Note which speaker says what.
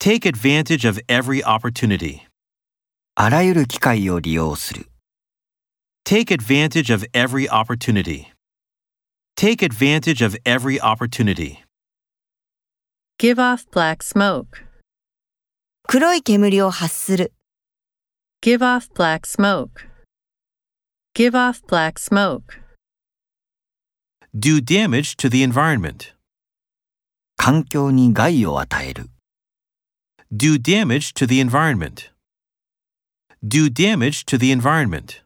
Speaker 1: Take advantage of every opportunity.
Speaker 2: あらゆる機会を利用する。
Speaker 1: Take advantage of every opportunity. Take advantage of every opportunity.
Speaker 3: Give off black smoke.
Speaker 4: 黒い煙を発する。
Speaker 3: Give off black smoke. Give off black smoke.
Speaker 1: Do damage to the environment.
Speaker 2: 環境に害を与える。
Speaker 1: Do damage to the environment. Do damage to the environment.